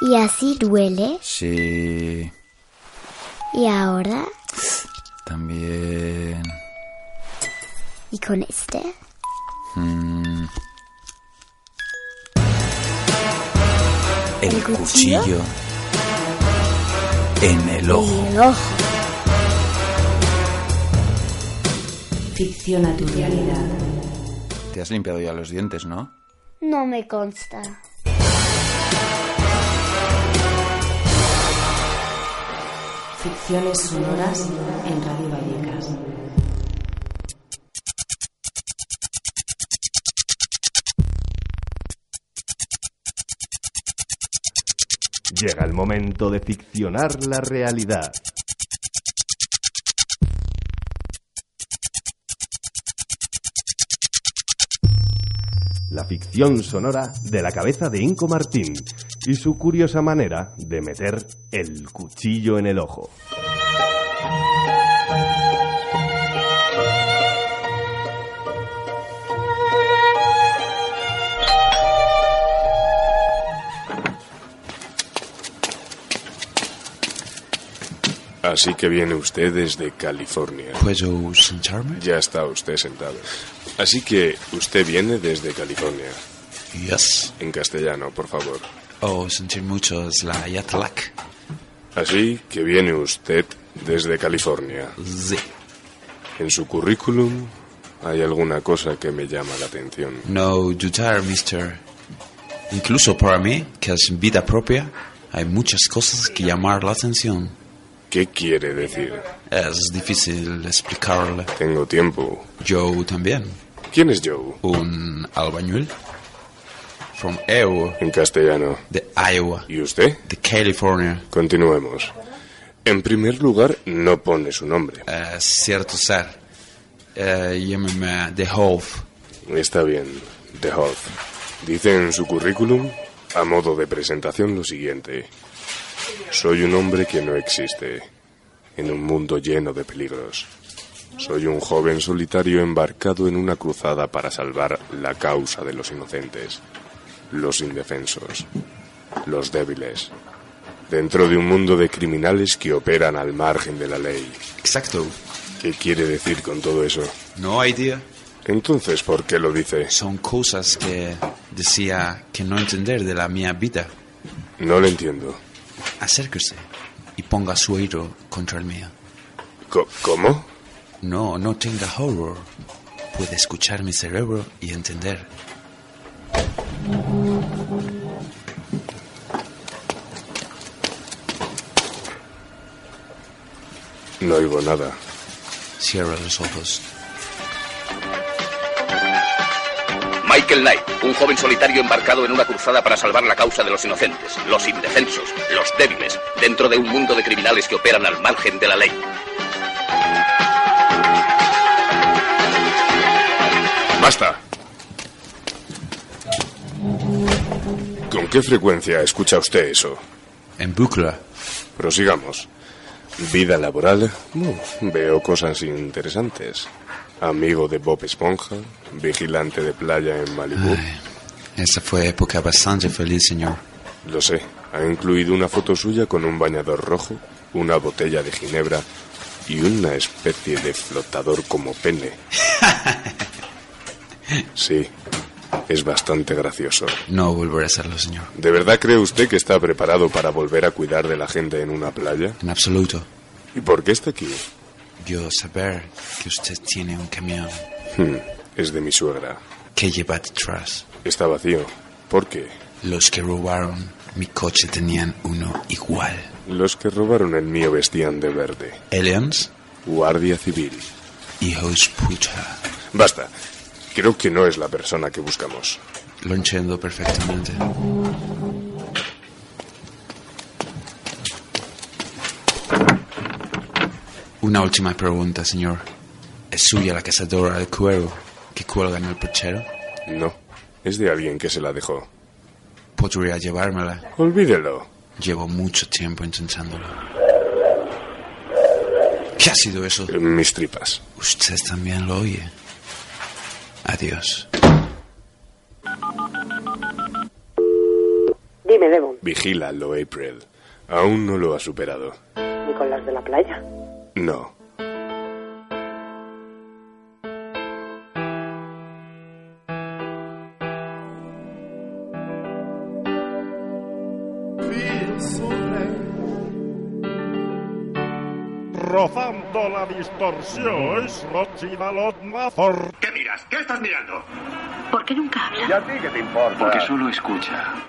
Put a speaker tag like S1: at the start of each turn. S1: ¿Y así duele?
S2: Sí,
S1: ¿Y ahora?
S2: también.
S1: ¿Y con este?
S2: El,
S1: ¿El cuchillo?
S2: cuchillo en el
S1: Y
S2: ojo.
S1: el ojo.
S3: Ficción a tu realidad.
S2: Te has limpiado ya los dientes, ¿no?
S1: No me consta.
S3: Ficciones sonoras en Radio Vallecas.
S4: Llega el momento de ficcionar la realidad. La ficción sonora de la cabeza de Inco Martín y su curiosa manera de meter el cuchillo en el ojo.
S5: Así que viene usted desde California.
S6: Pues yo sentarme
S5: Ya está usted sentado. Así que usted viene desde California.
S6: Yes.
S5: En castellano, por favor.
S6: O sentir mucho es la yatlak.
S5: Así que viene usted desde California.
S6: Sí.
S5: En su currículum hay alguna cosa que me llama la atención.
S6: No dudar, mister. Incluso para mí, que es vida propia, hay muchas cosas que llamar la atención.
S5: ¿Qué quiere decir?
S6: Es difícil explicarle.
S5: Tengo tiempo.
S6: Yo también.
S5: ¿Quién es Joe?
S6: Un albañil. From Iowa.
S5: En castellano.
S6: De Iowa.
S5: ¿Y usted?
S6: De California.
S5: Continuemos. En primer lugar, no pone su nombre.
S6: Es cierto ser. Eh, llámeme The Hope.
S5: Está bien, The Hoff. Dice en su currículum, a modo de presentación, lo siguiente. Soy un hombre que no existe, en un mundo lleno de peligros. Soy un joven solitario embarcado en una cruzada para salvar la causa de los inocentes, los indefensos, los débiles, dentro de un mundo de criminales que operan al margen de la ley.
S6: Exacto.
S5: ¿Qué quiere decir con todo eso?
S6: No idea.
S5: Entonces, ¿por qué lo dice?
S6: son cosas que decía que no entender de la mía vida.
S5: No lo entiendo.
S6: Acérquese y ponga su oído contra el mío.
S5: Co- ¿Cómo?
S6: No, no tenga horror. Puede escuchar mi cerebro y entender.
S5: No oigo nada.
S6: Cierra los ojos.
S7: Michael Knight, un joven solitario embarcado en una cruzada para salvar la causa de los inocentes, los indefensos, los débiles, dentro de un mundo de criminales que operan al margen de la ley.
S5: ¡Basta! ¿Con qué frecuencia escucha usted eso?
S6: En bucla.
S5: Prosigamos. Vida laboral. Mm, veo cosas interesantes. Amigo de Bob Esponja, vigilante de playa en Malibu.
S6: Ay, esa fue época bastante feliz, señor.
S5: Lo sé. Ha incluido una foto suya con un bañador rojo, una botella de ginebra y una especie de flotador como pene. Sí, es bastante gracioso.
S6: No volveré a hacerlo, señor.
S5: ¿De verdad cree usted que está preparado para volver a cuidar de la gente en una playa?
S6: En absoluto.
S5: ¿Y por qué está aquí?
S6: Yo saber que usted tiene un camión
S5: Hmm, es de mi suegra.
S6: que lleva detrás.
S5: Está vacío. ¿Por qué?
S6: Los que robaron mi coche tenían uno igual.
S5: Los que robaron el mío vestían de verde.
S6: Aliens,
S5: Guardia civil.
S6: hijos puta.
S5: Basta. Creo que no es la persona que buscamos.
S6: Lo entiendo perfectamente. Una última pregunta, señor. ¿Es suya la cazadora de cuero que cuelga en el perchero?
S5: No, es de alguien que se la dejó.
S6: Podría llevármela.
S5: Olvídelo.
S6: Llevo mucho tiempo intentándolo. ¿Qué ha sido eso?
S5: En eh, mis tripas.
S6: Usted también lo oye. Adiós.
S8: Dime, Devon,
S5: Vigílalo, April. Aún no lo ha superado.
S8: ¿y con las de la playa?
S5: No.
S9: Rozando la distorsión, es Rochivalot Mafor.
S10: ¿Qué miras? ¿Qué estás mirando?
S11: ¿Por qué nunca habla?
S10: ¿Y a ti qué te importa? Porque solo escucha.